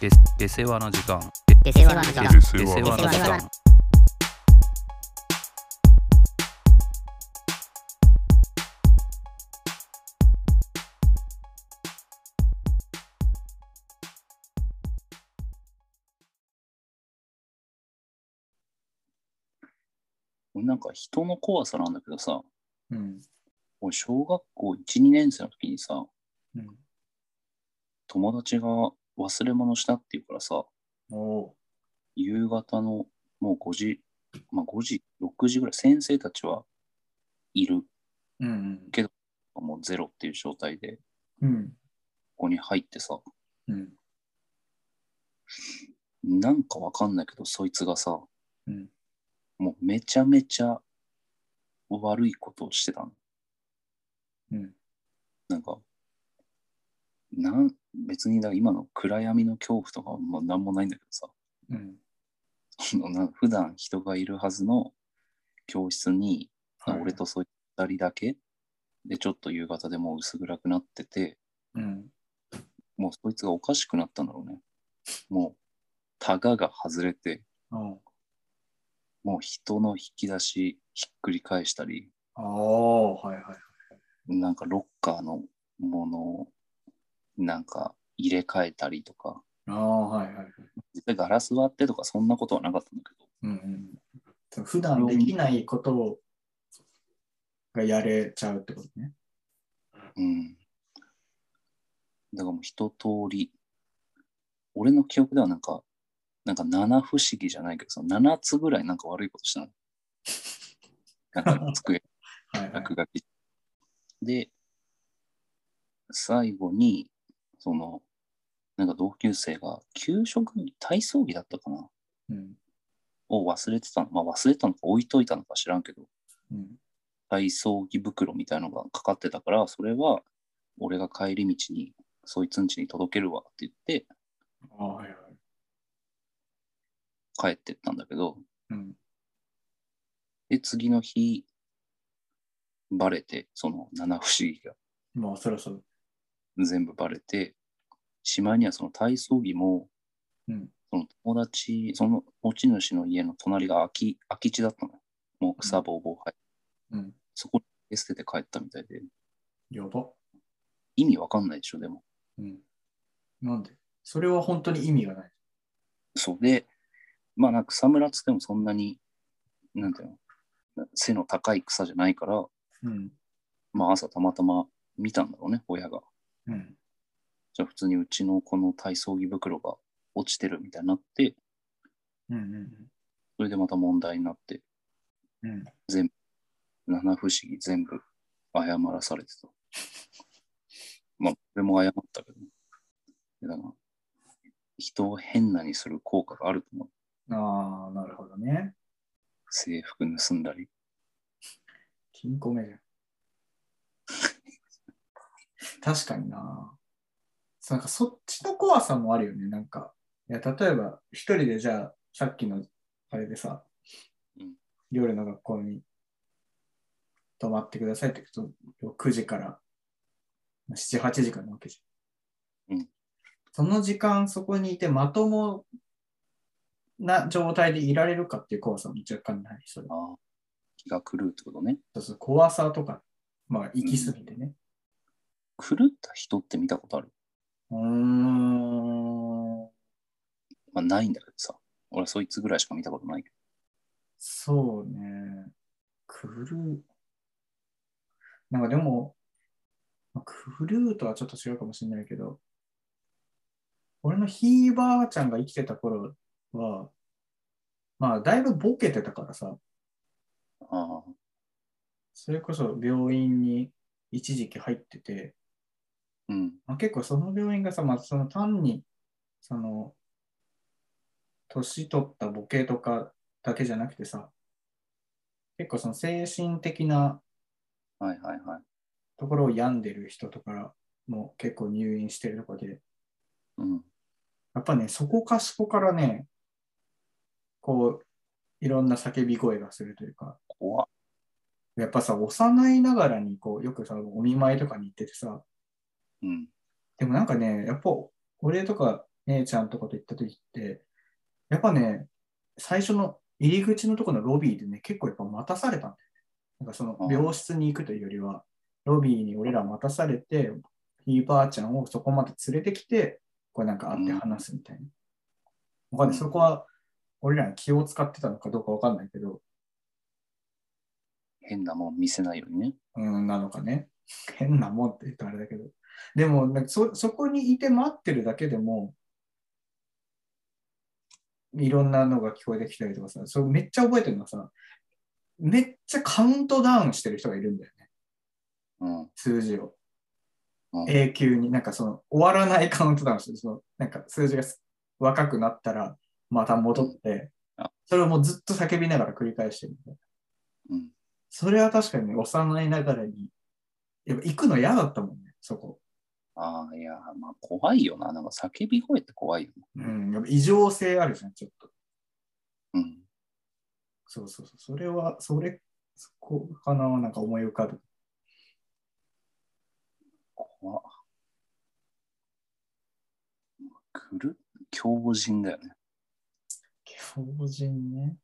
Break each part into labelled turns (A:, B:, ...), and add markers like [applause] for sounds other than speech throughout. A: で出世話の時間
B: 出世話の時間
C: で
A: 出
C: 世
A: 世話の
C: 話
A: 時間
D: なんか人の怖さなんだけどさ、
C: うん。
D: 俺小学校1、2年生の時にさ、
C: うん。
D: 友達が忘れ物したって言うからさ、
C: おー
D: 夕方のもう5時、まあ5時、6時ぐらい、先生たちはいる、
C: うん
D: もうゼロっていう状態で、
C: うん。うん。
D: ここに入ってさ、
C: うん。
D: なんかわかんないけど、そいつがさ、
C: うん
D: もうめちゃめちゃ悪いことをしてたの。
C: うん
D: なんか、なん別にだから今の暗闇の恐怖とかはもうなんもないんだけどさ、 [laughs]
C: うん。
D: そのなんか普段人がいるはずの教室に、
C: はい
D: 俺とそういった人だけで、ちょっと夕方でもう薄暗くなってて、
C: うん。
D: もうそいつがおかしくなったんだろうね。もう、タガが外れて、
C: お
D: もう人の引き出しひっくり返したり、
C: おーはいはい。
D: なんかロッカーのものをなんか入れ替えたりとか、
C: ああ、はいはい。
D: 実際ガラス割ってとかそんなことはなかったんだけど、
C: うんうん。普段できないことをがやれちゃうってことね。
D: うん。だからもう一通り、俺の記憶ではなんか、なんか七不思議じゃないけど、その7つぐらいなんか悪いことしたの。なんか机
C: はいはい。
D: 落書き。で、最後に、その、なんか同級生が、給食に体操着だったかな
C: うん
D: を忘れてたの。まあ忘れてたのか置いといたのか知らんけど、
C: うん
D: 体操着袋みたいのがかかってたから、それは俺が帰り道に、そいつん家に届けるわって言って
C: あーはいはい。
D: 帰ってったんだけど、
C: うん
D: で、次の日、バレて、その七不思議が
C: まあそろそろ。
D: 全部バレて、しまいにはその体操着も、
C: うん
D: その友達、その持ち主の家の隣が空き空き地だったのよ。もう草ぼうぼう生え
C: うん。
D: そこに捨てて帰ったみたいで、
C: やば。
D: 意味わかんないでしょ、でも。
C: うん。なんでそれは本当に意味がない。
D: そうで、まあなんか草むらっつってもそんなに、なんていうの、背の高い草じゃないから、
C: うん。
D: まあ朝たまたま見たんだろうね、親が。
C: うん。
D: じゃあ普通にうちのこの体操着袋が落ちてるみたいになって、
C: うんうん
D: それでまた問題になって、
C: うん。うん。
D: 全部、七不思議全部謝らされてた。 [laughs] まあ、俺も謝ったけど、ね、だから、人を変なにする効果があると思う。
C: ああ、なるほどね。
D: 制服盗んだり。
C: 金庫目じゃん。確かにな。そうなんかそっちの怖さもあるよね。なんか、いや例えば、一人でじゃあ、さっきのあれでさ、
D: うん
C: 夜の学校に泊まってくださいって言うと、9時から7、8時間なわけじゃん。
D: うん
C: その時間、そこにいて、まともな状態でいられるかっていう怖さも若干ない。それは
D: ああ、気が狂うってことね。
C: そうそう怖さとか、まあ、行き過ぎてね。
D: 狂った人って見たことある
C: うーん、
D: まあ、ないんだけどさ。俺、そいつぐらいしか見たことないけど。
C: そうね。狂う。なんかでも、まあ、狂うとはちょっと違うかもしれないけど、俺のひいばあちゃんが生きてた頃は、まあ、だいぶボケてたからさ、
D: ああ、
C: それこそ病院に一時期入ってて、
D: うん、
C: まあ、結構その病院がさ、まあ、その単にその年取ったボケとかだけじゃなくてさ結構その精神的な
D: はいはいはい。
C: ところを病んでる人とかも結構入院してるとかで
D: うん、
C: やっぱねそこかしこからねこういろんな叫び声がするというか
D: 怖っ
C: やっぱさ幼いながらにこうよくさお見舞いとかに行っててさ
D: うん、
C: でもなんかね、やっぱ俺とか姉ちゃんとかと行った時って、やっぱね、最初の入り口のところのロビーでね、結構やっぱ待たされたんだよね。なんかその
D: あー
C: 病室に行くというよりは、ロビーに俺ら待たされて、ひいばあちゃんをそこまで連れてきて、こうなんか会って話すみたいな。わかんない。
D: うん
C: そこは俺らに気を使ってたのかどうかわかんないけど、
D: 変なもん見せないようにね。
C: うん、なのかね。 [laughs] 変なもんって言うとあれだけど。でもなんかそ、そこにいて待ってるだけでも、いろんなのが聞こえてきたりとかさ、それめっちゃ覚えてるのがさ、めっちゃカウントダウンしてる人がいるんだよね、
D: うん。
C: 数字を
D: う。ん
C: 永久に、なんかその終わらないカウントダウンしてる、そのなんか数字がす若くなったらまた戻って
D: あ、
C: それをもうずっと叫びながら繰り返してるみたいな。
D: うん。
C: それは確かにね、幼いながらに、やっぱ行くの嫌だったもんね、そこ。
D: ああ、いや、まあ怖いよな。なんか叫び声って怖いよね。
C: うん、やっぱ異常性あるじゃん、ちょっと。
D: うん。
C: そうそうそう。それは、それ、そこかな、なんか思い浮かぶ。
D: 怖っ来る強靭だよね。
C: 狂人ね。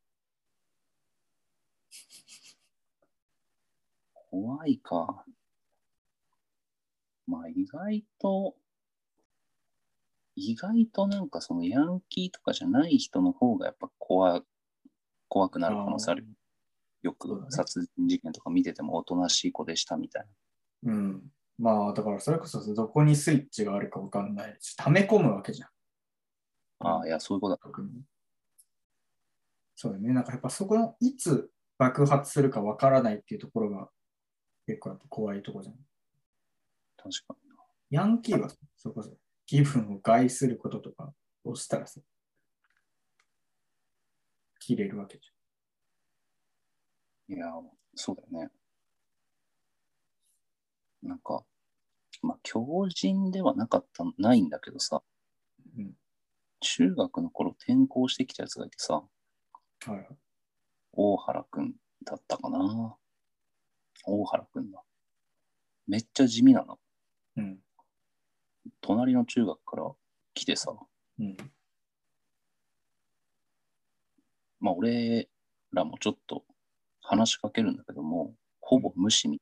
D: 怖いか。まあ意外と、意外となんかそのヤンキーとかじゃない人の方がやっぱ怖怖くなる可能性ある。よ
C: そうだ
D: く
C: ね
D: 殺人事件とか見ててもおとなしい子でしたみたい
C: うん。まあ、だからそれこそどこにスイッチがあるかわかんないし、溜め込むわけじゃん、
D: な。ああ、いや、そういうことだ。
C: 特に。そうだね。なんかやっぱそこの、いつ爆発するかわからないっていうところが、結構やっぱ怖いところじゃん。
D: 確かに。
C: ヤンキーはそこそ気分を害することとかをしたらさ、切れるわけじ
D: いや、そうだよね。なんか、まあ、強靭ではなかった、ないんだけどさ、
C: ゃん。う
D: 中学の頃転校してきたやつがいてさ、
C: ん。はいはい。
D: 大原くんだったかな。大原くんだ。めっちゃ地味なの。
C: うん。
D: 隣の中学から来てさ、
C: うん。
D: まあ、俺らもちょっと話しかけるんだけども、ほぼ無視み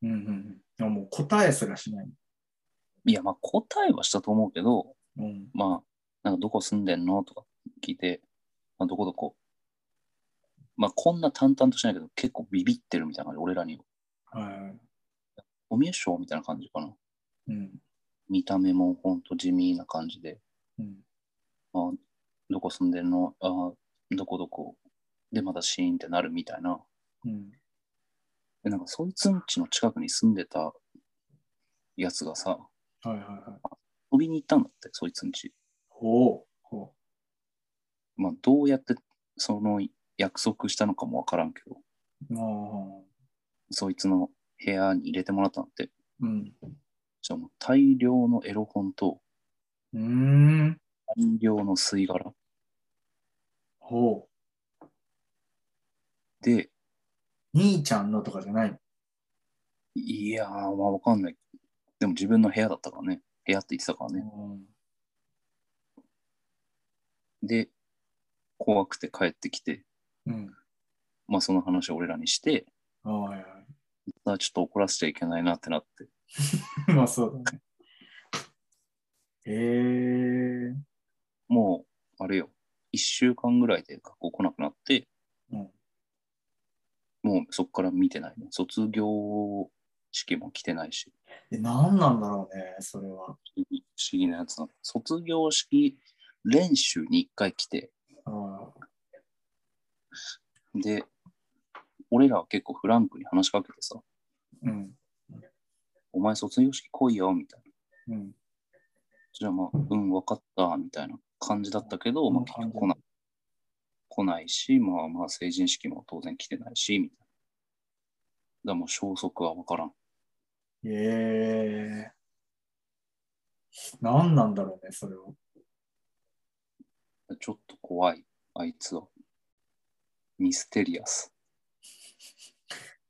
C: うんうんうん。あもう答えすらしない。
D: いや、まあ、答えはしたと思うけど、
C: うん。
D: まあ、なんかどこ住んでんのとか聞いて、まあ、どこどこ。まあ、こんな淡々としないけど、結構ビビってるみたいな感じ、俺らに。
C: はいはい。
D: おみえっしょみたいな感じかな。
C: うん。
D: 見た目もほんと地味な感じで、
C: うん。
D: あどこ住んでんのあどこどこ。で、またシーンってなるみたいな。
C: うん。
D: で、なんかそいつんちの近くに住んでたやつがさ、
C: はいはいはい。
D: 飛びに行ったんだって、そいつんち。
C: おお。ほ
D: まあ、どうやってその約束したのかもわからんけど、
C: う。ああ。
D: そいつの部屋に入れてもらったんだって。
C: うん。
D: じゃあもう大量のエロ本と
C: うーん。
D: 大量の吸い殻
C: ほう。
D: で、
C: 兄ちゃんのとかじゃないの。
D: いやー、まあわかんない。でも自分の部屋だったからね。部屋って言ってたからね。で、怖くて帰ってきて、
C: うん。
D: まあその話を俺らにして、
C: うん。はいは
D: あちょっと怒らせちゃいけないなってなって。
C: い。 [laughs] まあそうだね。ええ
D: もう、あれよ、一週間ぐらいで学校来なくなって、
C: うん
D: もうそこから見てないね。卒業式も来てないし。
C: え、何なんだろうね、それは。
D: 不思議なやつなの。卒業式練習に一回来て、
C: あ
D: で、俺らは結構フランクに話しかけてさ、
C: うん。
D: お前卒業式来いよ、みたいな。
C: うん。
D: じゃあまあ、うん、分かった、みたいな感じだったけど、まあ、結局来ない。来ないし、まあまあ、成人式も当然来てないし、みたいな。だからもう消息は分からん。
C: ええ何なんだろうね、それは。
D: ちょっと怖い、あいつは。ミステリアス。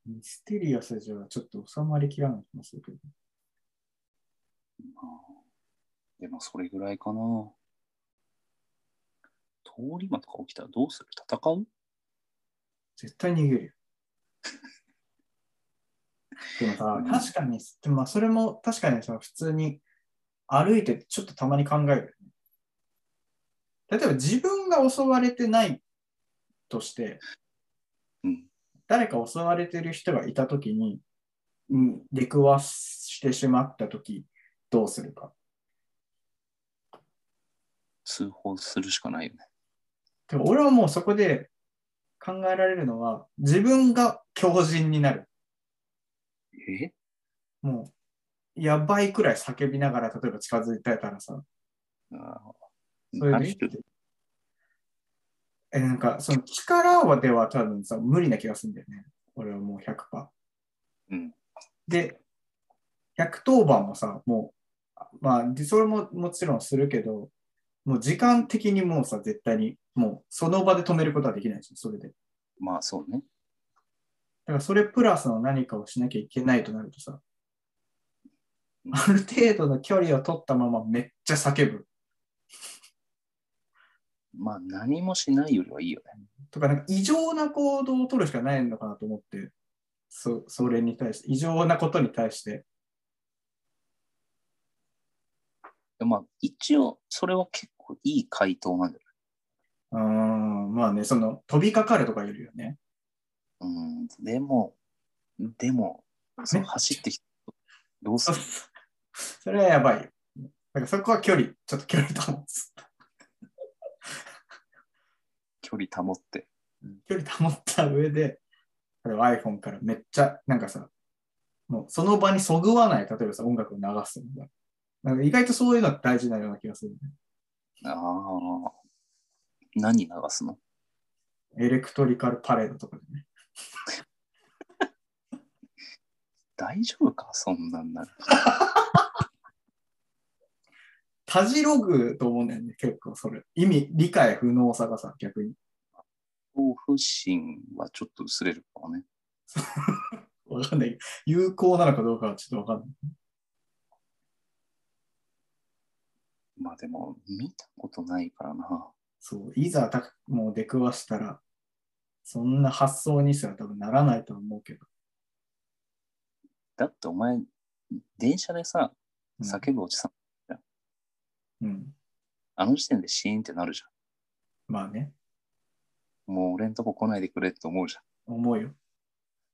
C: ミステリアスじゃちょっと収まりきらない気もするけど。
D: まあでもそれぐらいかな。通り魔とか起きたらどうする戦う
C: 絶対逃げるよ。 [laughs] でもさ
D: う、ん
C: 確かに、でもまあそれも確かにさ、普通に歩いててちょっとたまに考えるよね。例えば自分が襲われてないとして、
D: うん。
C: 誰か襲われてる人がいたときに、うん、出くわしてしまったとき、どうするか。
D: 通報するしかないよね。
C: でも俺はもうそこで考えられるのは、自分が強靭になる。
D: え
C: もう、やばいくらい叫びながら、例えば近づいてたらさ、
D: ああ
C: それでいいって。え、なんか、その力はでは多分さ、無理な気がするんだよね。俺はもう100%。
D: うん
C: で、110番もさ、もう、まあ、でそれももちろんするけど、もう時間的にもうさ、絶対に、もうその場で止めることはできないし、それで。だ
D: まあそうね。
C: からそれプラスの何かをしなきゃいけないとなるとさ
D: う、ん
C: ある程度の距離を取ったままめっちゃ叫ぶ。
D: まあ何もしないよりはいいよね。
C: とか、なんか異常な行動を取るしかないのかなと思って、そそれに対して、異常なことに対して、
D: でまあ一応それは結構いい回答なんだよ。
C: うーん、まあね、その飛びかかるとかよりよね。
D: うん。でも、でも、そう
C: ね
D: 走ってきたどうす
C: そ
D: る
C: それはやばいよ。だからそこは距離、ちょっと距離保つ。
D: 距離保って。
C: 距離保った上で、例えば iPhone からめっちゃ、なんかさ、もうその場にそぐわない、例えばさ、音楽を流すみたいな。なんか意外とそういうのって大事なような気がする、ね。
D: ああ。何流すの
C: エレクトリカルパレードとかでね。
D: 大丈夫かそんなんなる。
C: たじろぐと思うんだよね、結構それ。意味、理解不能さがさ、逆に。
D: 恐怖心はちょっと薄れるかもね。
C: わかんない。有効なのかどうかはちょっとわかんない。
D: まあでも、見たことないからな。
C: そう、いざたもう出くわしたら、そんな発想にすら多分ならないとは思うけど。
D: だってお前、電車でさ、
C: うん
D: 叫ぶおじさん、
C: うん。
D: あの時点でシーンってなるじ
C: まあね、
D: ゃん。もう俺んとこ来ないでくれって思うじゃん。
C: 思うよ。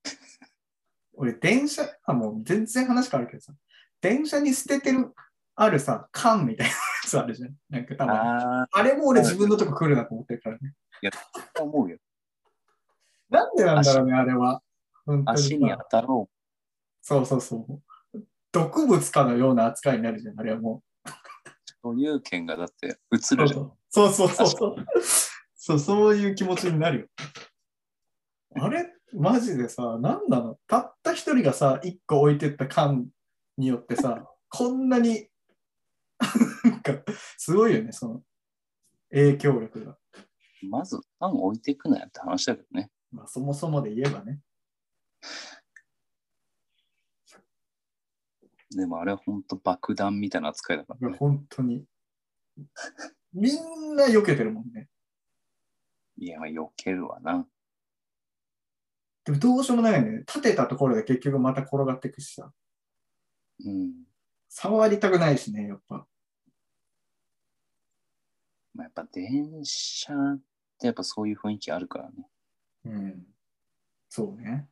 C: [laughs] 俺、電車、あ、もう全然話変わるけどさ、電車に捨ててる、あるさ、缶みたいなやつあるじゃん。なんか多分、あ
D: ああ
C: れも俺自分のとこ来るなと思ってるからね。
D: ー、思うよ。
C: なんでなんだろうね、あれは。本当にさ
D: 足に当たろ
C: そうそうそう。毒物かのような扱いになるじゃん、あれはもう。
D: う。所有権がだって映
C: そう
D: るじゃん。
C: そうそうそうそう。そう、そういう気持ちになるよ。あれマジでさ、なんなのたった一人がさ、一個置いてった感によってさ、こんなに、 [laughs] なんか、すごいよね、その、影響力が。
D: まず、パン置いていくなよって話だけどね。
C: まあ、そもそもで言えばね。
D: でもあれはほんと爆弾みたいな扱いだからね。
C: 本当に。みんな避けてるもんね。
D: いや、まあ避けるわな。
C: でもどうしようもないよね。立てたところで結局また転がっていくしさ。
D: うん。
C: 触りたくないしね、やっぱ。
D: まあ、やっぱ電車ってやっぱそういう雰囲気あるからね。
C: うん。そうね。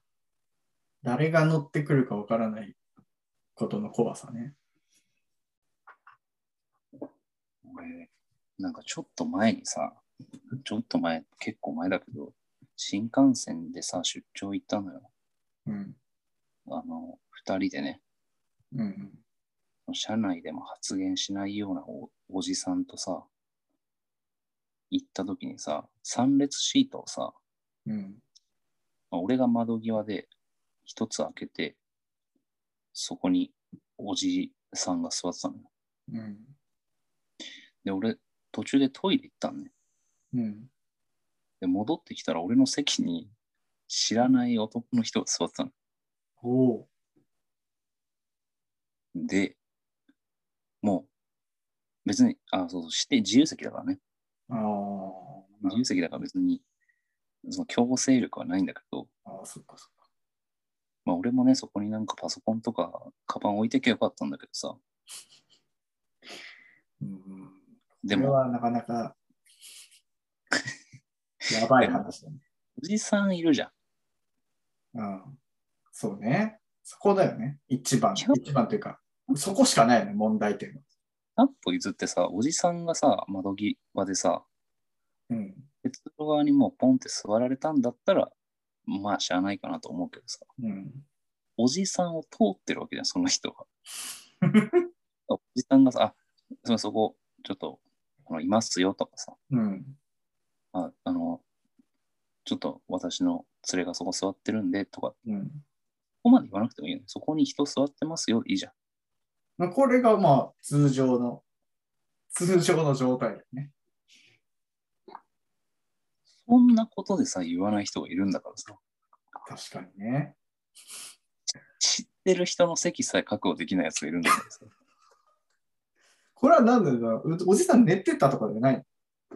C: 誰が乗ってくるかわからないことの怖さね。
D: 俺、なんかちょっと前にさ、ちょっと前、結構前だけど、新幹線でさ、出張行ったのよ。
C: うん。
D: あの、二人でね、
C: うん。
D: 車内でも発言しないようなおおじさんとさ、行った時にさ、3列シートをさ、
C: うん。
D: まあ俺が窓際で一つ開けて、そこにおじさんが座ってたのよ。
C: うん。
D: で、俺、途中でトイレ行ったのね。
C: うん。
D: で、戻ってきたら俺の席に知らない男の人が座ってたの。
C: おお。
D: で、も別に、あ、そうそう、して自由席だからね。
C: あーな
D: 自由
C: る
D: 席だから別に、その強制力はないんだけど、
C: ほどあー、そっかそっか。
D: まあ俺もね、そこになんかパソコンとか、カバン置いてきゃよかったんだけどさ、
C: うん。
D: で
C: これ
D: も、
C: はなか
D: [laughs]
C: なか、やばい話だね。
D: おじさんいるじゃん。
C: うん。そうね。そこだよね。一番。
D: いや
C: 一番というか、そこしかないよね、問題点は。
D: 何歩譲ってさ、おじさんがさ、窓際でさ、
C: うん。
D: 鉄道側にもうポンって座られたんだったら、まあ知らないかなと思うけどさ、
C: うん。
D: おじさんを通ってるわけじゃん、その人は。おじさんがさ、あ、すみません、そこ、ちょっと、あのいますよとかさ、
C: うん。
D: ああの、ちょっと私の連れがそこ座ってるんでとか、こ
C: うん。
D: こまで言わなくてもいいよね。そこに人座ってますよ、いいじゃん。
C: まあ、これがまあ、通常の、通常の状態だよね。
D: そんなことでさ、言わない人がいるんだからさ、
C: 確かにね。
D: 知ってる人の席さえ確保できないやつがいるんだからさ。
C: これは何なんだろうおじさん寝てたとかじゃない
D: い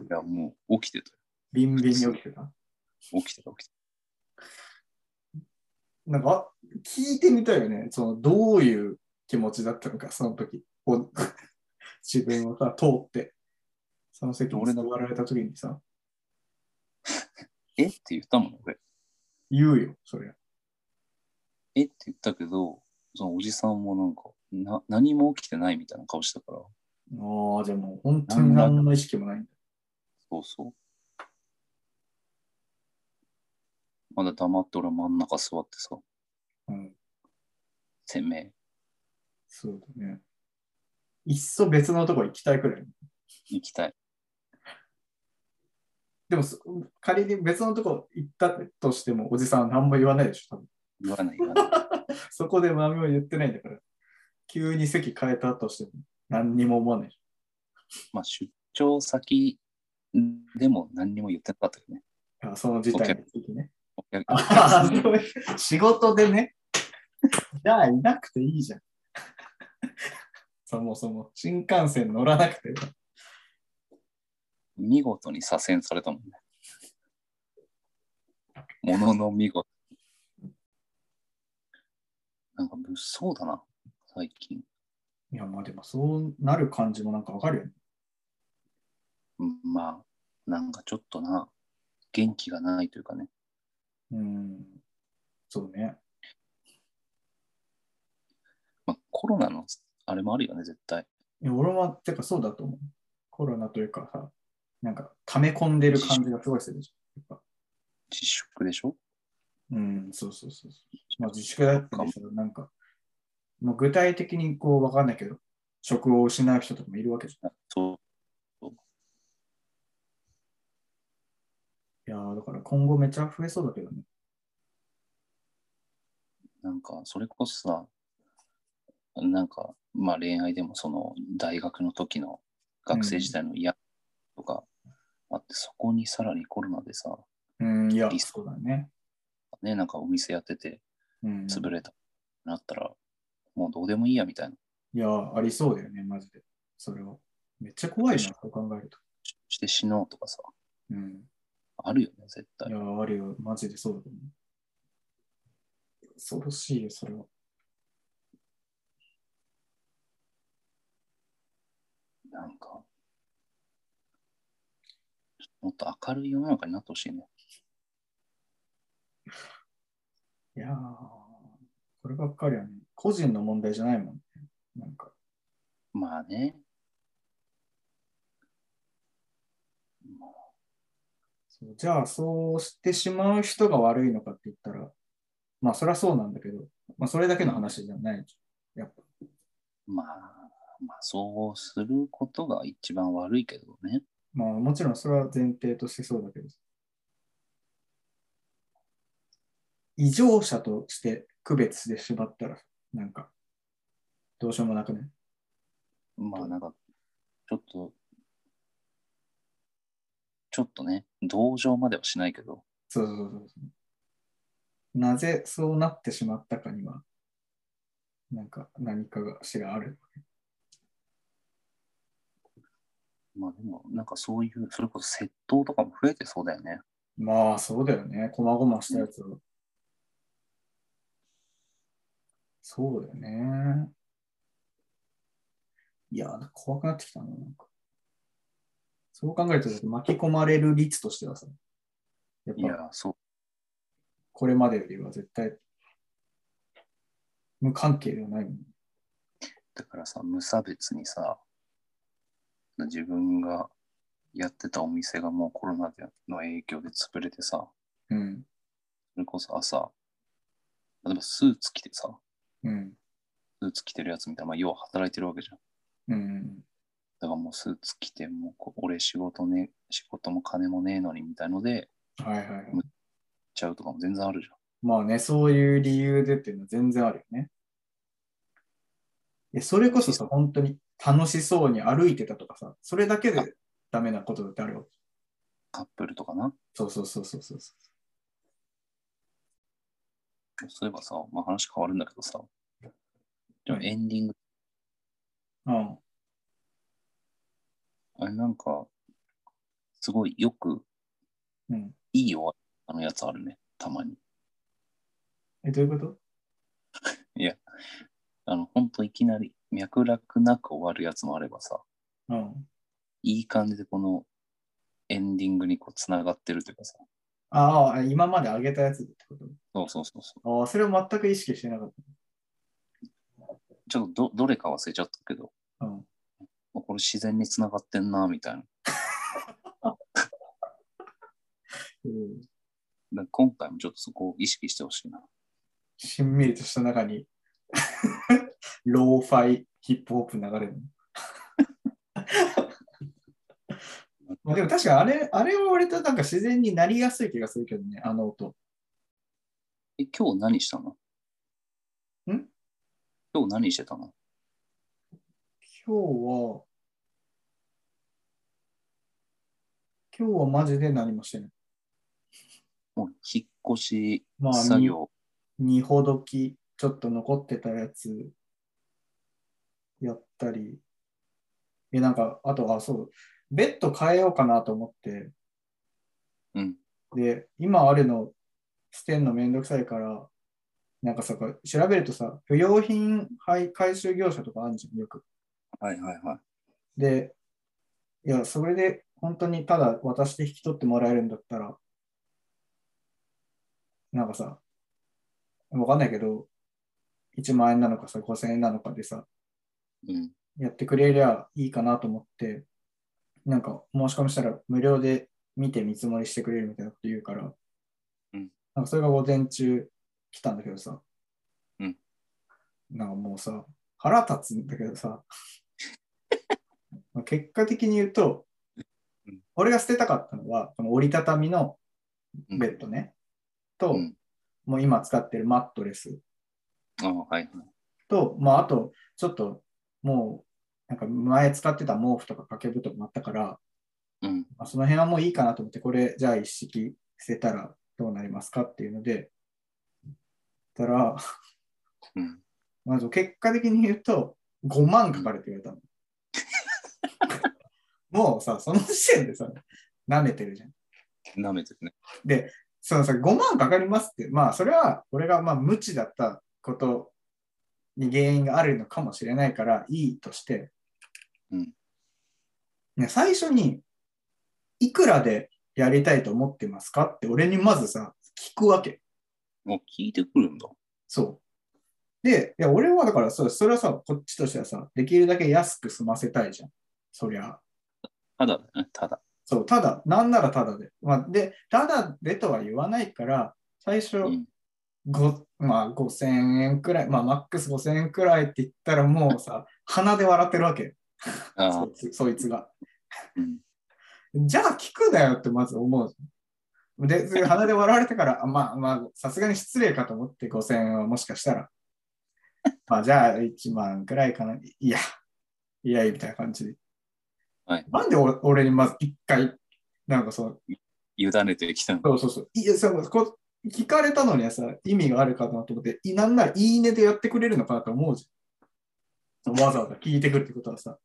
D: や、もう起きてたよ。
C: ビンビンに起きてた。
D: 起きてた、起きて
C: なんか、聞いてみたいよね。その、どういう気持ちだったのか、その時。こう [laughs] 自分をさ、通って、その席に座られた時にさ、
D: た。えって言ったもん、俺。
C: 言うよ、そりゃ。
D: えって言ったけど、そのおじさんもなんか、な何も起きてないみたいな顔したから、
C: ああ、じゃあもう本当に何の意識もないんだ。
D: そうそう。まだ黙って俺真ん中座ってさ、
C: うん、
D: てめえ、
C: そうだね。いっそ別のとこ行きたいくらい。
D: 行きたい。
C: でもそ、仮に別のとこ行ったとしても、おじさんは何も言わないでしょ、多分。
D: 言わない、言わない。
C: そこで何も言ってないんだから、急に席変えたとしても、何にも思わないでし
D: まあ、出張先でも何にも言ってなかったよね。
C: ょ。あその事態についてね。
D: お客
C: あ [laughs] あ、そういう仕事でね。じゃあ、いなくていいじゃん。そもそも、新幹線乗らなくてよかった
D: 見事に左遷されたもんね。ものの見事。なんか物騒だな、最近。
C: いや、まあでも、そうなる感じもなんかわかるよね。
D: うんまあ、なんかちょっとな、元気がないというかね。
C: うん。そうね。
D: まあ、コロナのあれもあるよね、絶対。
C: いや俺は、てかそうだと思う。コロナというかさ、なんか、溜め込んでる感じがすごいするじゃん。やっぱ
D: 自粛でしょ
C: うん、そうそうそうそう。まあ、自粛だったりさ、なんか、もう具体的にこう、わかんないけど、職を失う人とかもいるわけじ
D: そう。
C: ゃん。いやーだから今後めちゃ増えそうだけどね。
D: なんか、それこそさ、なんか、まあ恋愛でもその大学の時の学生時代の嫌とかあって、そこにさらにコロナでさ、
C: うん、いや、
D: リス
C: そうだね。
D: ね、なんかお店やってて
C: うん。
D: 潰れた、なったら、もうどうでもいいやみたいな。
C: いやーありそうだよね、マジで。それは。めっちゃ怖いな、そう考えると。
D: して死のうとかさ、
C: うん。
D: あるよね、絶
C: い
D: 対。
C: やー、あるよ。マジでそうだと思う。恐ろしいよ、それは。
D: なんか、もっと明るい世の中になってほしいね。
C: いやーこればっかりはね、個人の問題じゃないもんね。なんか、
D: まあね。まあ
C: そうじゃあそうしてしまう人が悪いのかって言ったら、まあそりゃそうなんだけど、まあそれだけの話じゃない。やっぱ、
D: まあ、まあ、そうすることが一番悪いけどね。
C: まあもちろんそれは前提としてそうだけど、異常者として区別してしまったら、なんか、どうしようもなくね。
D: まあ、なんか、ちょっと、ちょっとね、同情まではしないけど、
C: そうそうそうそう。なぜそうなってしまったかには、なんか何かがしらある。
D: まあでも、なんかそういう、それこそ窃盗とかも増えてそうだよね。
C: まあ、そうだよね。こまごましたやつ。そうだよね。いや、怖くなってきたな。なんかそう考えると、巻き込まれる率としてはさ、やっ
D: い
C: ぱ
D: や、そう。
C: これまでよりは絶対無関係ではないもん。
D: だからさ、無差別にさ、自分がやってたお店がもうコロナでの影響で潰れてさ、
C: うん。
D: それこそ朝、例えばスーツ着てさ、
C: うん。
D: スーツ着てるやつみたいな、まあ、要は働いてるわけじゃん。
C: うん。
D: だからもうスーツ着て、もうこう俺仕事ね、仕事も金もねえのにみたいので、行っ
C: はいはいはい。
D: ちゃうとかも全然あるじゃん。
C: まあね、そういう理由でっていうのは全然あるよね。いやそれこそさ、本当に楽しそうに歩いてたとかさ、それだけでダメなことだってあるよ。
D: カップルとかな。
C: そうそうそうそうそうそ
D: そういえばさ、まあ、話変わるんだけどさ、じゃあ
C: うん
D: エンディング、
C: う。うん。
D: あれなんか、すごいよく、
C: うん
D: いい終わりあのやつあるね、たまに。
C: え、どういうこと
D: あの、ほんといきなり脈絡なく終わるやつもあればさ、
C: うん。
D: いい感じでこのエンディングにこう繋がってるというかさ、
C: ああ、今まで上げたやつってこと
D: そうそうそうそ
C: ああ、それを全く意識してなかっ
D: う。ちょっとどどれか忘れちゃったけど、
C: た。うん。
D: あこれ自然に繋がってんな、みたいな。
C: うん、
D: だから今回もちょっとそこを意識してほしいな。
C: しんみりとした中に、 [laughs] ローファイ、ヒップホップ流れる
D: [laughs]
C: の。まあでも確かにあれ、あれは割となんか自然になりやすい気がするけどね、あの音。
D: え、今日何したの
C: ん
D: 今日何してたの
C: 今日は、今日はマジで何もしてない。
D: もう引っ越し
C: まあ、
D: 作業。
C: にほどき、ちょっと残ってたやつ、やったり、え、なんか、あとは、そう、ベッド変えようかなと思って、
D: うん。
C: で、今あるの捨てんのめんどくさいから、なんかさ、こう調べるとさ、不用品廃回収業者とかあるじゃん、よく。
D: はいはいはい。
C: で、いや、それで本当にただ渡して引き取ってもらえるんだったら、なんかさ、わかんないけど、1万円なのかさ、5000円なのかでさ、
D: うん。
C: やってくれりゃいいかなと思って、なんか申し込みしたら無料で見て見積もりしてくれるみたいなこと言うから、
D: うん
C: なんかそれが午前中来たんだけどさ、
D: うん
C: なんかもうさ、腹立つんだけどさ、 [laughs] まあ結果的に言うと
D: うん、
C: 俺が捨てたかったのは、この折りたたみの
D: うん
C: ベッドね、と、
D: うん
C: もう今使ってるマットレス
D: あはいはい。
C: と、まあ、あと、ちょっと、もう、なんか前使ってた毛布とか掛け布とかもあったから、
D: うん。
C: まあ、その辺はもういいかなと思って、これ、じゃあ一式捨てたらどうなりますかっていうので、たら、
D: うん。
C: まず結果的に言うと、5万かかるって言われたの。もうさ、その時点でさ、舐めてるじゃん。
D: 舐めてるね。
C: で、そのさ、5万かかりますって、まあ、それは、俺がまあ無知だったことに原因があるのかもしれないから、いいとして、
D: うん
C: ね、最初に、いくらでやりたいと思ってますかって、俺にまずさ、聞くわけ。
D: もう聞いてくるんだ。
C: そう。で、いや俺はだからそう、それはさ、こっちとしてはさ、できるだけ安く済ませたいじゃん。そりゃ。
D: ただだよね、ただ。
C: そう、ただ、なんならただで。まあ、で、ただでとは言わないから、最初、
D: うん
C: ごまあ、5000円くらい、まあ、マックス5000円くらいって言ったら、もうさ、 [laughs] 鼻で笑ってるわけ。
D: あ
C: そ
D: あ
C: いつそいつが。
D: うん
C: じゃあ、聞くなよってまず思うじゃん。で、それ鼻で笑われてから、あまあまあ、さすがに失礼かと思って5000円はもしかしたら、まあ、じゃあ1万くらいかな。いや、いや、みたいな感じで。
D: はい
C: なんで俺俺にまず一回、なんかその、
D: 委ねてきたの。
C: そうそうそう。いやそのこ聞かれたのにはさ、意味があるかなと思って、いなんならいいねでやってくれるのかなと思うじゃん。わざわざ聞いてくるってことはさ。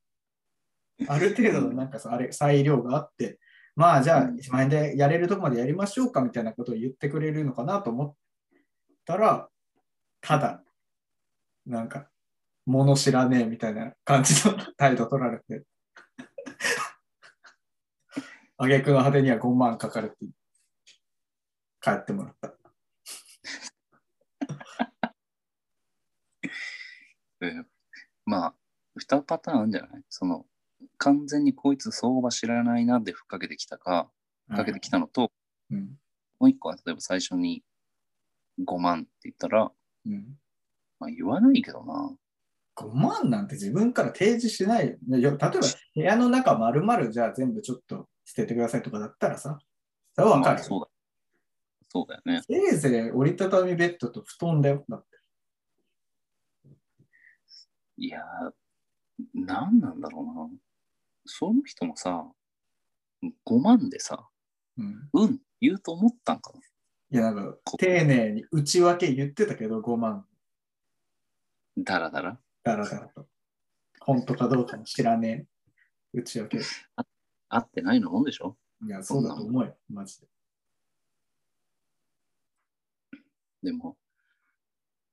C: ある程度のなんかさ、あれ、裁量があって、まあじゃあ
D: うん
C: 1万円でやれるとこまでやりましょうかみたいなことを言ってくれるのかなと思ったら、ただ、なんか、物知らねえみたいな感じの態度取られて、挙句の果てには5万かかるって、帰ってもらった。
D: うんまあ、二パターンあるんじゃないその、完全にこいつ相場知らないなでふっかけてきたか、ふっかけてきたのと、
C: うん。
D: もう一個は例えば最初に5万って言ったら、
C: うん
D: まあ言わないけどな。
C: 5万なんて自分から提示しないよね。よ例えば、部屋の中丸々じゃあ全部ちょっと捨ててくださいとかだったらさ、それはわか
D: ま
C: る
D: あ
C: よ。
D: そうだ。そうだよね。
C: せいぜい折りたたみベッドと布団だよ。だって
D: いやー、なんなんだろうな。その人もさ、5万でさ、
C: うん、
D: うん、言うと思ったんかな。
C: いや、なんか
D: こ、
C: 丁寧に内訳言ってたけど、5万
D: だらだら。
C: だらだらと。本当かどうかも知らねえ。内訳。い
D: 合ってないのもんでしょ
C: や、そうだと思うよ。マジで。
D: でも、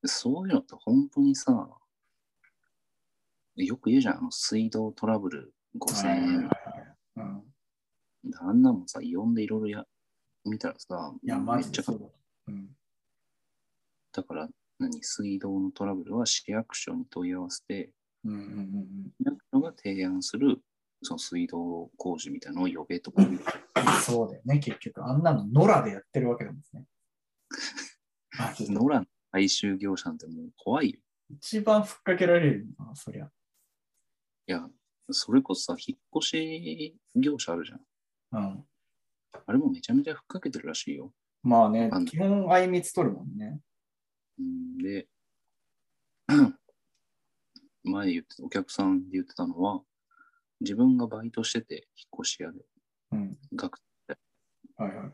D: そういうのって本当にさ、よく言うじゃん、あの水道トラブル5000
C: はいはいはい
D: 円
C: は。いうん、
D: あんなもんさ、呼んでいろいろや見たらさ、
C: いや、マ
D: め
C: ジ
D: っち
C: で
D: ゃか
C: そうだ。うん、
D: だから、何、水道のトラブルは市役所に問い合わせて、
C: うんうんうんうん
D: 市役所が提案する、その水道工事みたいなのを呼べとか言う。
C: そうだよね、結局。あんなの野良でやってるわけなんですね。マジで
D: ノラの回収業者なんてもう怖いよ。
C: 一番ふっかけられるよな、そりゃ。
D: いや、それこそさ、引っ越し業者あるじゃん。
C: うん。
D: あれもめちゃめちゃふっかけてるらしいよ。
C: まあね
D: あ、の
C: 基本、あいみつ取るもんね。
D: うんで、 [clears throat] 前言ってた、お客さんで言ってたのは、自分がバイトしてて、引っ越し屋で、
C: うん。
D: 学生
C: はいはい。
D: で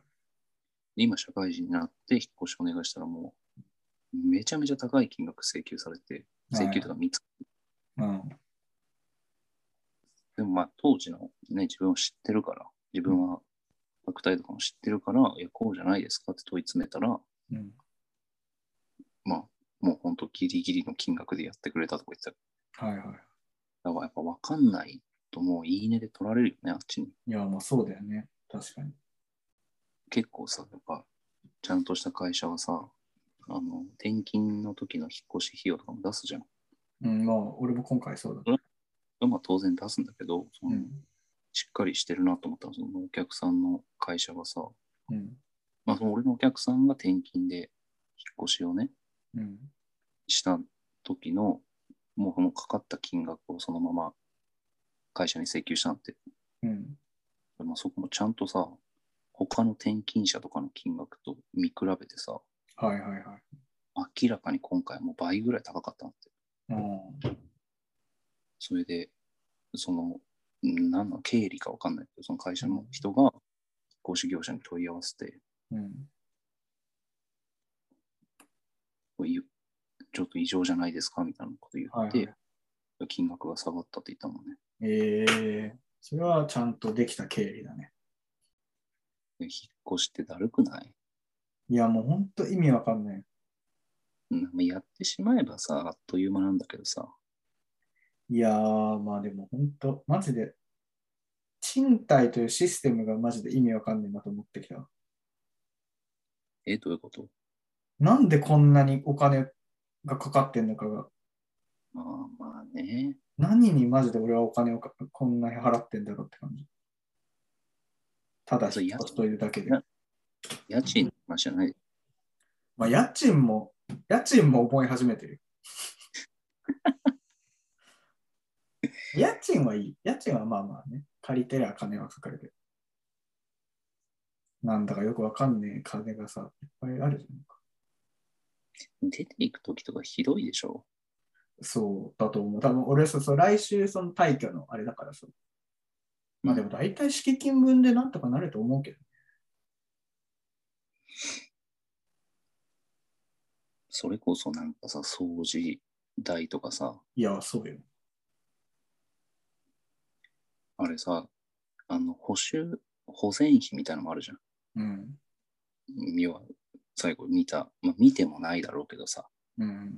D: 今社会人になって引っ越しお願いしたらもう、めちゃめちゃ高い金額請求されて、請求とか3つ。
C: うん。
D: でもまあ当時のね、自分を知ってるから、自分は虐待とかも知ってるから、いや、こうじゃないですかって問い詰めたら、
C: うん、
D: まあ、もう本当ギリギリの金額でやってくれたとか言ってた
C: はいはい。
D: だからやっぱ分かんないともういいねで取られるよね、あっちに。
C: いや、まあそうだよね。確かに。
D: 結構さ、やっぱ、ちゃんとした会社はさ、あの、転勤の時の引っ越し費用とかも出すじゃん。
C: うん、まあ、俺も今回そうだ。
D: まあ当然出すんだけど、その
C: うん。
D: しっかりしてるなと思ったのはそのお客さんの会社がさ、
C: うん。
D: まあその俺のお客さんが転勤で引っ越しをね、
C: うん。
D: した時の、もうこのかかった金額をそのまま会社に請求したなんて、
C: うん。
D: まあ、そこもちゃんとさ、他の転勤者とかの金額と見比べてさ、
C: はいはいはい。
D: 明らかに今回もう倍ぐらい高かったんだって。
C: うん。
D: それで、その、んなんなん経理かわかんないけど、その会社の人が、引っ越し業者に問い合わせて、
C: うん。
D: こういうちょっと異常じゃないですかみたいなこと言
C: は
D: っ
C: いは
D: て、
C: い。
D: 金額が下がったって言ったもんね。
C: えー、それはちゃんとできた経理だね。
D: で引っ越しってだるくない
C: いや、もう本当意味わかんない。
D: うんまあやってしまえばさ、あっという間なんだけどさ、
C: いやー、まあでも本当、マジで、賃貸というシステムがマジで意味わかんないなと思ってきた。
D: え、どういうこと
C: なんでこんなにお金がかかってんのかが、
D: まあまあね。
C: 何にマジで俺はお金をかこんなに払ってんだろうって感じ。ただ、
D: そう家
C: 人といるだけで。
D: な家賃の話じゃない。
C: まあ、家賃も、家賃も覚え始めてる。家賃はいい。家賃はまあまあね。借りてりゃ金はかかるけど。なんだかよくわかんねえ金がさ、いっぱいあるじゃんか。
D: 出ていくときとかひどいでしょ。
C: そうだと思う。多分俺さ、そう来週その退去のあれだからさ。まあでも大体敷金分でなんとかなると思うけど。
D: それこそなんかさ、掃除代とかさ、
C: いや、そうよ。
D: あれさ、あの、補修、保全費みたいなのもあるじゃん。
C: うん。
D: 要は、最後見た、まあ、見てもないだろうけどさ、
C: うん。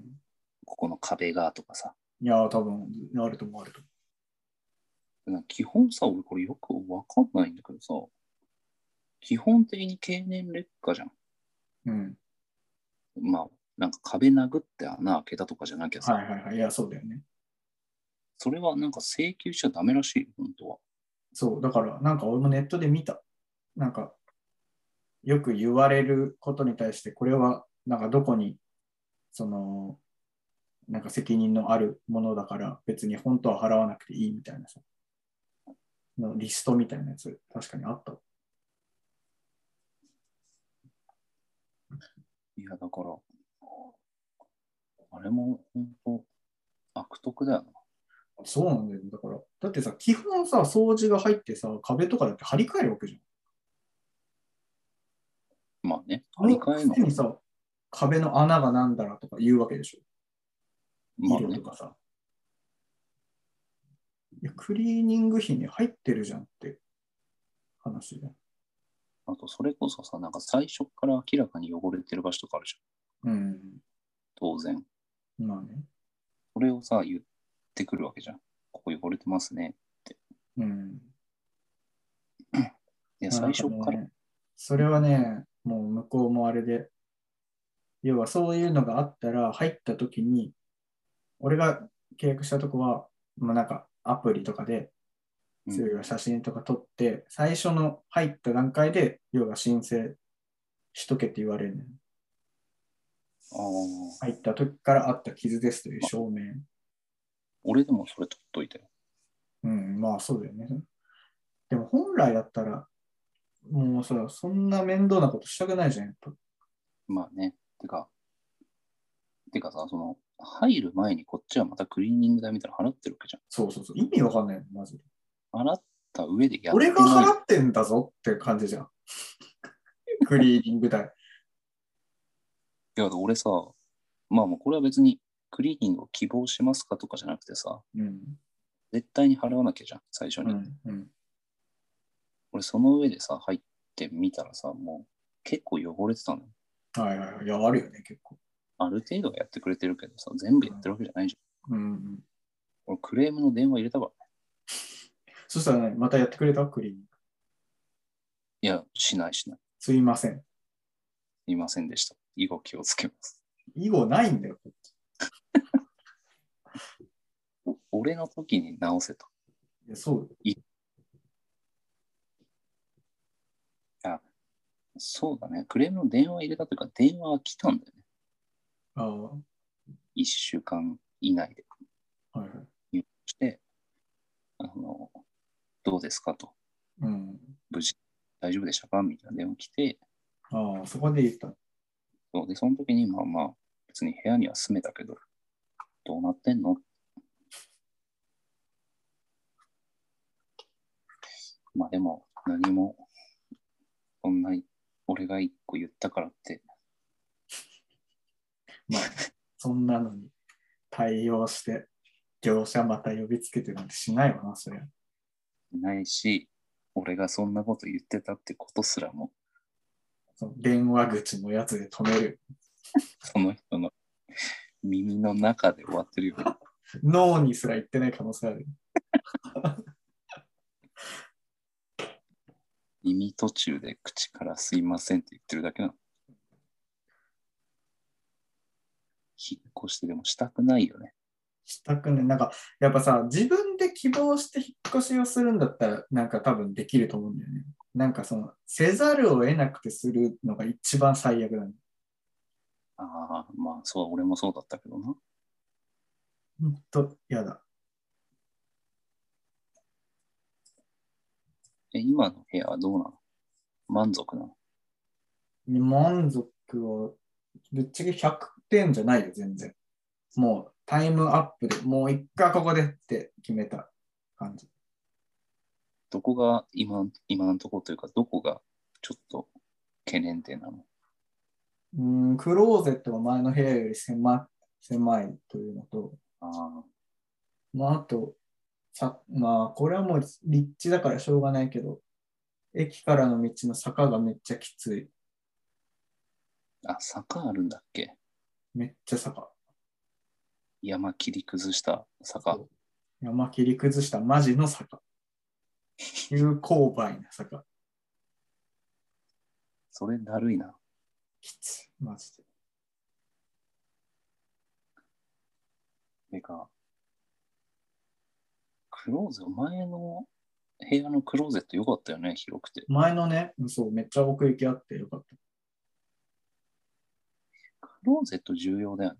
D: ここの壁がとかさ。
C: いやー、多分、あると思う、あると思
D: なんか基本さ、俺これよくわかんないんだけどさ、基本的に経年劣化じゃん。
C: う。うん。
D: まあ、なんか壁殴って穴開けたとかじゃなきゃさ、
C: はいはいはい。いや、そうだよね。
D: それはなんか請求しちゃダメらしい、本当は。
C: そう、だから、なんか俺もネットで見た。なんか、よく言われることに対して、これは、なんかどこに、その、なんか責任のあるものだから、別に本当は払わなくていいみたいなさ、のリストみたいなやつ、確かにあった。
D: いや、だから、あれも本当、悪徳だよな。
C: そうなんだよね、だから。だってさ、基本さ、掃除が入ってさ、壁とかだって張り替えるわけじゃん。
D: まあね、
C: あ
D: 張り替え
C: の
D: の
C: くせ、にさ、壁の穴がなんだらとか言うわけでしょ。
D: まあ
C: 色
D: ね
C: と、かさ。いや、クリーニング費に入ってるじゃんって話で。
D: あとそれこそさ、なんか最初から明らかに汚れてる場所とかあるじゃん、
C: うん。
D: 当然。
C: まあね。
D: それをさ、言ってくるわけじゃん。ここ汚れてますね。
C: うん。
D: いや、
C: まあ
D: 最初から、
C: ねそれはね、もう向こうもあれで、要はそういうのがあったら、入った時に、俺が契約したとこは、まあ、なんかアプリとかで、
D: うん
C: そういう写真とか撮って、最初の入った段階で、要は申請しとけって言われるのよ。
D: ああ、
C: 入った時からあった傷ですという証明。
D: 俺でもそれ取っといて。
C: うん、まあそうだよね。でも本来だったら、もうさ、そんな面倒なことしたくないじゃん、やっぱ。
D: まあね。てか、てかさ、その、入る前にこっちはまたクリーニング代みたいなの払ってるわけじ
C: そうそうそう。意味わかんないよ、マジ
D: ゃ
C: で。
D: ん。払った上でやってな
C: 俺
D: い。
C: が払ってんだぞって感じじゃん。 [laughs] クリーニング代。
D: いや、俺さ、まあもうこれは別にクリーニングを希望しますかとかじゃなくてさ、
C: うん。
D: 絶対に払わなきゃじゃん、最初
C: う
D: に。
C: ん。うん。
D: 俺その上でさ、入ってみたらさ、もう結構汚れてたのよ。
C: はいはいはい。いや、あるよね、結構。
D: ある程度はやってくれてるけどさ、全部やってるわけじゃないじ
C: うん、う
D: ゃ
C: ん。
D: ん。俺クレームの電話入れたから。
C: そしたらね、またやってくれたクリーニング。
D: いや、しないしない。
C: すいません。
D: いませんでした。以後気をつけます。
C: 以後ないんだよ。
D: 俺の時に直せと。
C: いやそう。
D: そうだね。クレームの電話入れたというか、電話は来たんだよね。
C: ああ、
D: 1週間以内で。
C: はいはい。
D: して、あの、どうですかと。
C: うん。
D: 無事、大丈夫でしたかみたいな電話来て、
C: ああ、そこで言った。
D: そうで、その時に、まあまあ、別に部屋には住めたけど、どうなってんのまあでも、何も、そんな、俺が一個言ったからって、
C: まあ、そんなのに対応して、業者また呼びつけてなんてしないわな、それ。
D: ないし、俺がそんなこと言ってたってことすらも、
C: その電話口のやつで止める。
D: その人の耳の中で終わってるよ。
C: 脳にすら言ってない可能性ある。
D: 耳途中で口からすいませんって言ってるだけなの。引っ越してでもしたくないよね。
C: したくね、なんか、やっぱさ、自分で希望して引っ越しをするんだったら、なんか多分できると思うんだよね。なんかその、せざるを得なくてするのが一番最悪だね。
D: ああ、まあそう、俺もそうだったけどな。
C: ほんと、やだ。
D: え、今の部屋はどうなの満足なの
C: 満足は、ぶっちゃけ100点じゃないよ、全然。もうタイムアップでもう一回ここでって決めた感じ。
D: どこが今、今のとこというか、どこがちょっと懸念点なの
C: うーん、クローゼットが前の部屋より狭狭いというのと、
D: ああ、
C: まあ、あと、さ、まあ、これはもう立地だからしょうがないけど、駅からの道の坂がめっちゃきつい。
D: あ、坂あるんだっけ
C: めっちゃ坂。
D: 山切り崩した坂。
C: 山切り崩したマジの坂。急勾配な坂。
D: それだるいな。
C: きつい。マジで。
D: てか、クローゼット、前の部屋のクローゼット良かったよね、広くて。
C: 前のね、うんそう、めっちゃ奥行きあってよかった。
D: クローゼット重要だよね。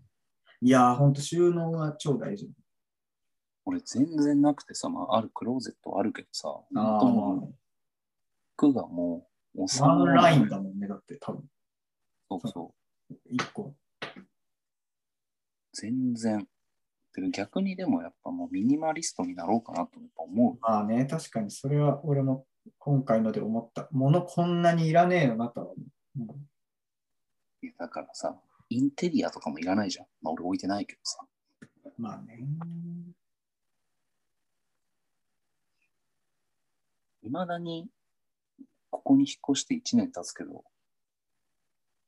C: いやー、ほんと収納が超大事。
D: 俺全然なくてさ、まあ、あるクローゼットはあるけどさ、
C: あ
D: 本
C: あ
D: 当もう服がもう、お
C: ワンラインだもんね、だって多分。
D: そうそう。
C: 一個。
D: 全然。てか逆にでもやっぱもうミニマリストになろうかなとやっぱ思
C: まあね、確かにそれは俺も今回ので思った。物こんなにいらねえよなとは思う。うん
D: う。いやだからさ、インテリアとかもいらないじゃん。まあ俺置いてないけどさ。
C: まあね。
D: いまだに、ここに引っ越して1年経つけど、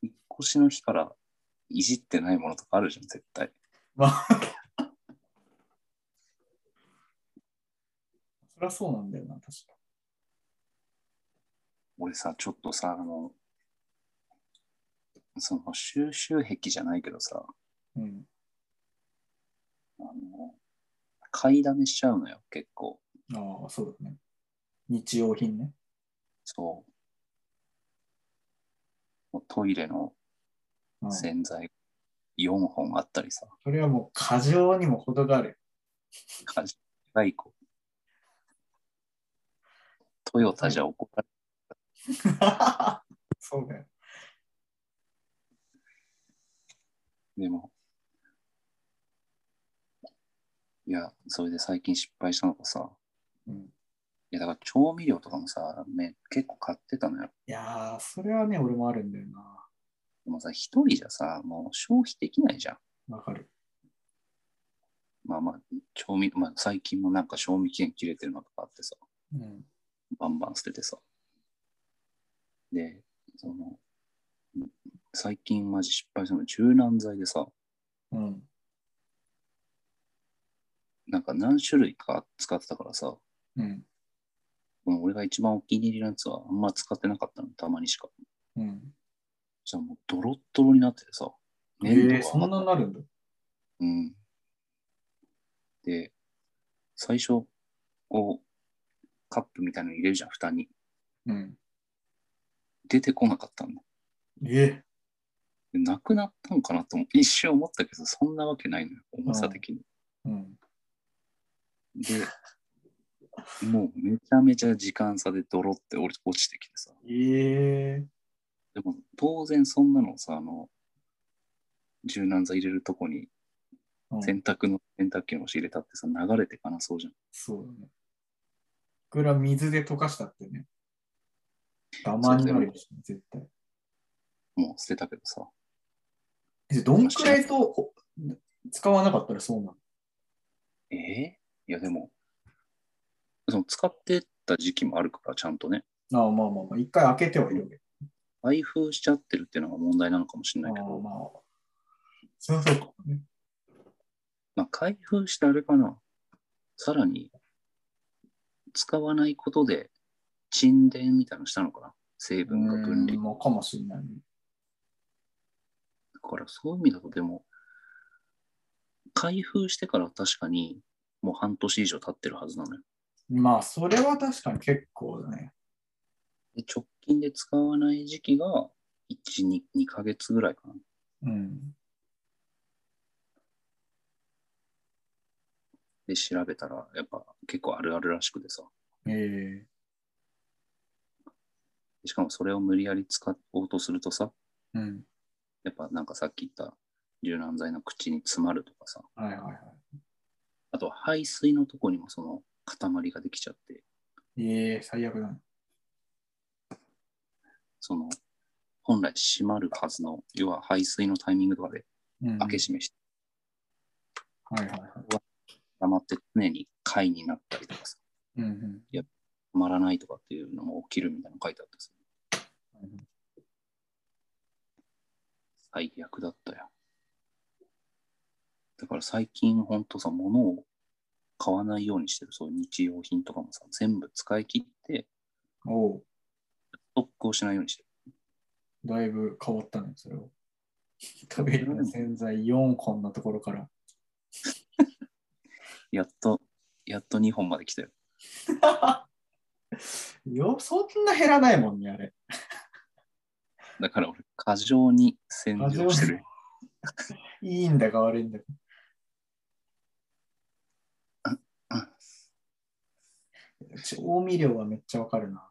D: 引っ越しの日からいじってないものとかあるじゃん、絶対。
C: まあ。そりゃそうなんだよな、確か
D: 俺さ、ちょっとさ、あの、その収集癖じゃないけどさ、
C: に。うん。
D: あの、買いだめしちゃうのよ、結構。
C: ああ、そうだね。日用品ね。
D: そう。もうトイレの
C: うん、そ
D: 洗剤4本あったりさ、
C: れはもう過剰にも程がある。
D: 家事外交。トヨタじゃ怒られ
C: [laughs] そうだよ。
D: でも、いや、それで最近失敗したのがさ、
C: うん
D: いや、だから調味料とかもさ、ね、結構買ってたのよ。
C: いやー、それはね、俺もあるんだよな。
D: でもさ、一人じゃさ、もう消費できないじゃん。
C: わかる。
D: まあまあ、調味、まあ最近もなんか賞味期限切れてるのとかあってさ、
C: うん。
D: バンバン捨ててさ。で、その、ん最近マジ失敗したの柔軟剤でさ、
C: うん。
D: なんか何種類か使ってたからさ、
C: うん。
D: この俺が一番お気に入りのやつはあんま使ってなかったの、たまにしか。
C: うん。
D: じゃあもうドロッドロになっててさ、
C: え
D: 粘
C: ー、
D: 土
C: そ
D: が
C: んなになるんだ。
D: うん。で、最初、こう、カップみたいなの入れるじゃん、蓋に。
C: うん。
D: 出てこなかったの。
C: え
D: でなくなったんかなと思一瞬思ったけど、そんなわけないのよ、重さ的に。
C: うん。
D: で、もうめちゃめちゃ時間差でドロって落ち落ちてきてさ。
C: えー、
D: でも当然そんなのさ、あの、柔軟剤入れるとこに
C: うん
D: 洗濯の洗濯機の押し入れたってさ、流れてかなそうじゃん。
C: そうだね。これは水で溶かしたってね。ダマになるでしょ、絶対。
D: もう捨てたけどさ。
C: え、どんくらいとお使わなかったらそうなの
D: ええいやでも、その使ってた時期もあるから、ちゃんとね、
C: ああまあまあまあ、一回開けてはいるけ
D: 開封しちゃってるっていうのが問題なのかもしれ
C: ど。
D: な
C: あ
D: い
C: あ
D: けど、
C: まあ。そうそうか。
D: まあ、開封してあれかな、さらに、使わないことで沈殿みたいなのしたのかな、成分が分離
C: うん。まあ、かもしれないね。
D: だからそういう意味だと、でも、開封してから確かにもう半年以上経ってるはずなのよ。
C: まあ、それは確かに結構だね。
D: で直近で使わない時期が1、2, 2ヶ月ぐらいかな。
C: うん。
D: で、調べたら、やっぱ結構あるあるらしくてさ。
C: ええ
D: しかもそれを無理やり使おうとするとさ、
C: うん。
D: やっぱなんかさっき言った柔軟剤の口に詰まるとかさ、
C: はいはいは
D: あとは排水のとこにもその塊ができちゃって、
C: い。ええ最悪だね。
D: その本来閉まるはずの、要は排水のタイミングとかで
C: うん。
D: 開け閉めして
C: はいはいはい。
D: 黙って常に会になったりとかさ、
C: うんうん。
D: 止まらないとかっていうのも起きるみたいなの書いてあったんです
C: はいはい
D: 最悪だったよ。だから最近ほんとさ、物を買わないようにしてる、そういう日用品とかもさ、全部使い切って、
C: おう
D: ストックをしないようにしてる。
C: だいぶ変わったね、それを。 [laughs] 食べるの洗剤4本のところから。
D: やっと、やっと2本まで来たよ。
C: よ、そんな減らないもんね、あれ。
D: だから俺、過剰に洗浄してる。
C: いいんだか悪いんだか。
D: うん
C: 調味料はめっちゃわかるな。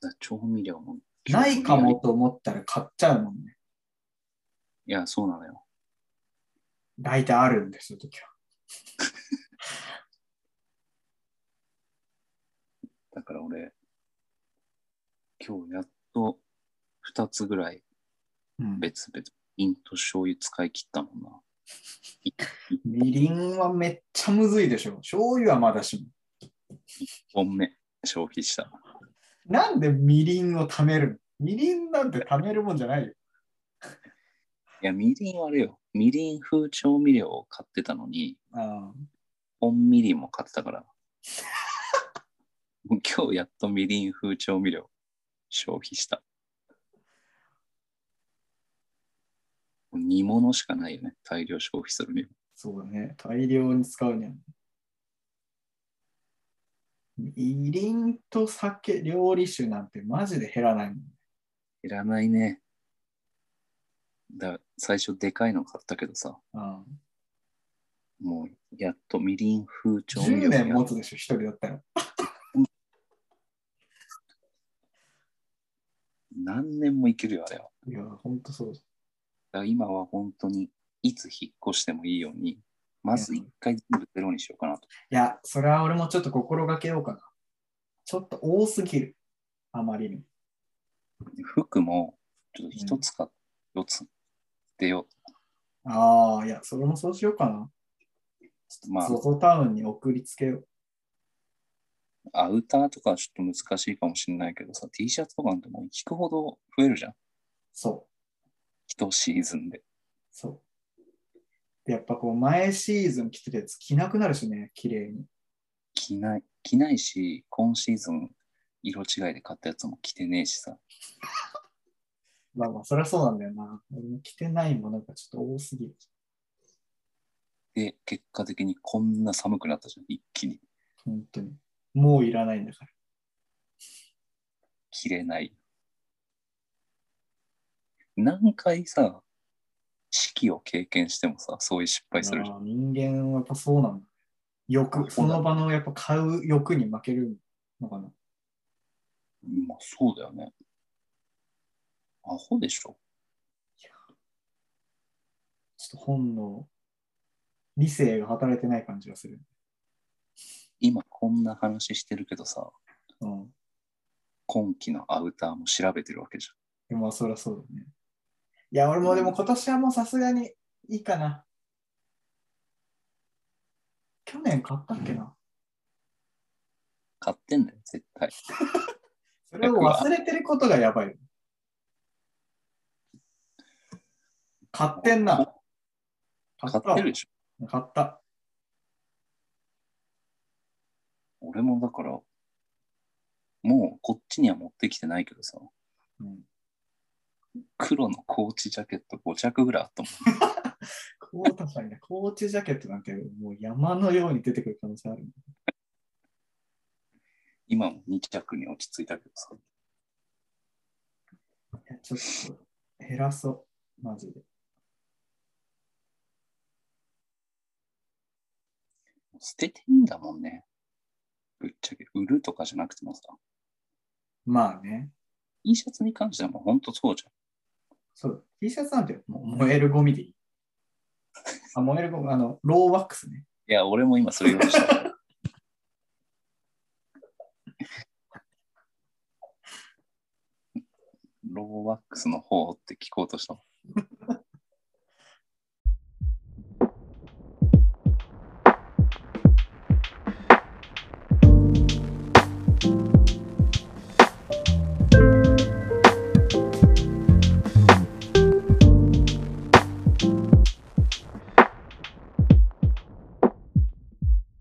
D: だから調味料も。
C: ないかも。と思ったら買っちゃうもんね。
D: いや、そうなのよ。
C: 大体あるんですよ、時は。
D: だから俺、今日やっと2つぐらい
C: うん、
D: 別々、インと醤油使い切ったもんな。
C: みりんはめっちゃむずいでしょ。醤油はまだしも。
D: 本目、消費した。
C: なんでみりんを貯めるのみりんなんて貯めるもんじゃないよ。
D: いや、みりんはあれよ。みりん風調味料を買ってたのに、
C: あ
D: 本みりんも買ってたから。 [laughs] もう今日やっとみりん風調味料消費した。もう煮物しかないよね。大量消費するには。
C: そうだね。大量に使うには。みりんと酒、料理酒なんてマジで減らないもん。
D: いらないね。だ最初でかいの買ったけどさ、
C: ああ
D: もうやっとみりん風調味
C: 10
D: 料
C: 年
D: や
C: 持つでしょ、一人だったら。
D: 何年もいけるよ、あれは。だか
C: いや、ほんとそう。
D: ら今は本当にいつ引っ越してもいいように、まず一回全部ゼロにしようかなと。
C: いや、それは俺もちょっと心がけようかな。ちょっと多すぎる。あまりに。
D: 服も、ちょっと一つか四つ出よ
C: ああ、いや、それもそうしようかな。
D: う。ま
C: ゾゾタウンに送りつけよう。
D: あ、アウターとかちょっと難しいかもしれないけどさ、T シャツとかなんてもう引くほど増えるじゃん。
C: そう、
D: 一シーズンで。
C: そう。でやっぱこう、前シーズン着てたやつ着なくなるしね、綺麗に。
D: 着ない、着ないし、今シーズン色違いで買ったやつも着てねえしさ。
C: まあまあ、そりゃそうなんだよな。俺も着てないものがちょっと多すぎる。
D: で、結果的にこんな寒くなったじゃん。一気に
C: 本当に。もういらないんだから。
D: 着れない。何回さ、四季を経験してもさ、そういう失敗するじゃん
C: あー人間はやっぱそうなんだ。欲、その場のやっぱ買う欲に負けるのかな。
D: まあそうだよね。アホでしょ。
C: ちょっと本の理性が働いてない感じがする。
D: 今こんな話してるけどさ、
C: うん。
D: 今期のアウターも調べてるわけじ
C: でもまあそりゃそうだね。いや、俺もでも今年はもうさすがにいいかな。去年買ったっけな。
D: ゃん。買ってんだよ、絶対。
C: それを忘れてることがやばいよ。買ってんな。買
D: 買ってるでしょ。
C: ょ。買った。
D: 俺もだから、もうこっちには持ってきてないけどさ、
C: うん、
D: 黒のコーチジャケット5着ぐらいあったもん。
C: こう確かにね、コーチジャケットなんてもう山のように出てくる可能性ある。
D: 今も2着に落ち着いたけどさ。
C: いやちょっと減らそう、マジで。
D: 捨てていいんだもんね。ぶっちゃけ。売るとかじゃなくてもさ。
C: まあね、
D: T シャツに関してはもうほんとそうじゃん。
C: そう、T シャツなんてもう燃えるゴミでいい。あ燃えるゴミ、あの、ローワックスね。
D: いや、俺も今それ言おうとした。ローワックスの方って聞こうとした。した。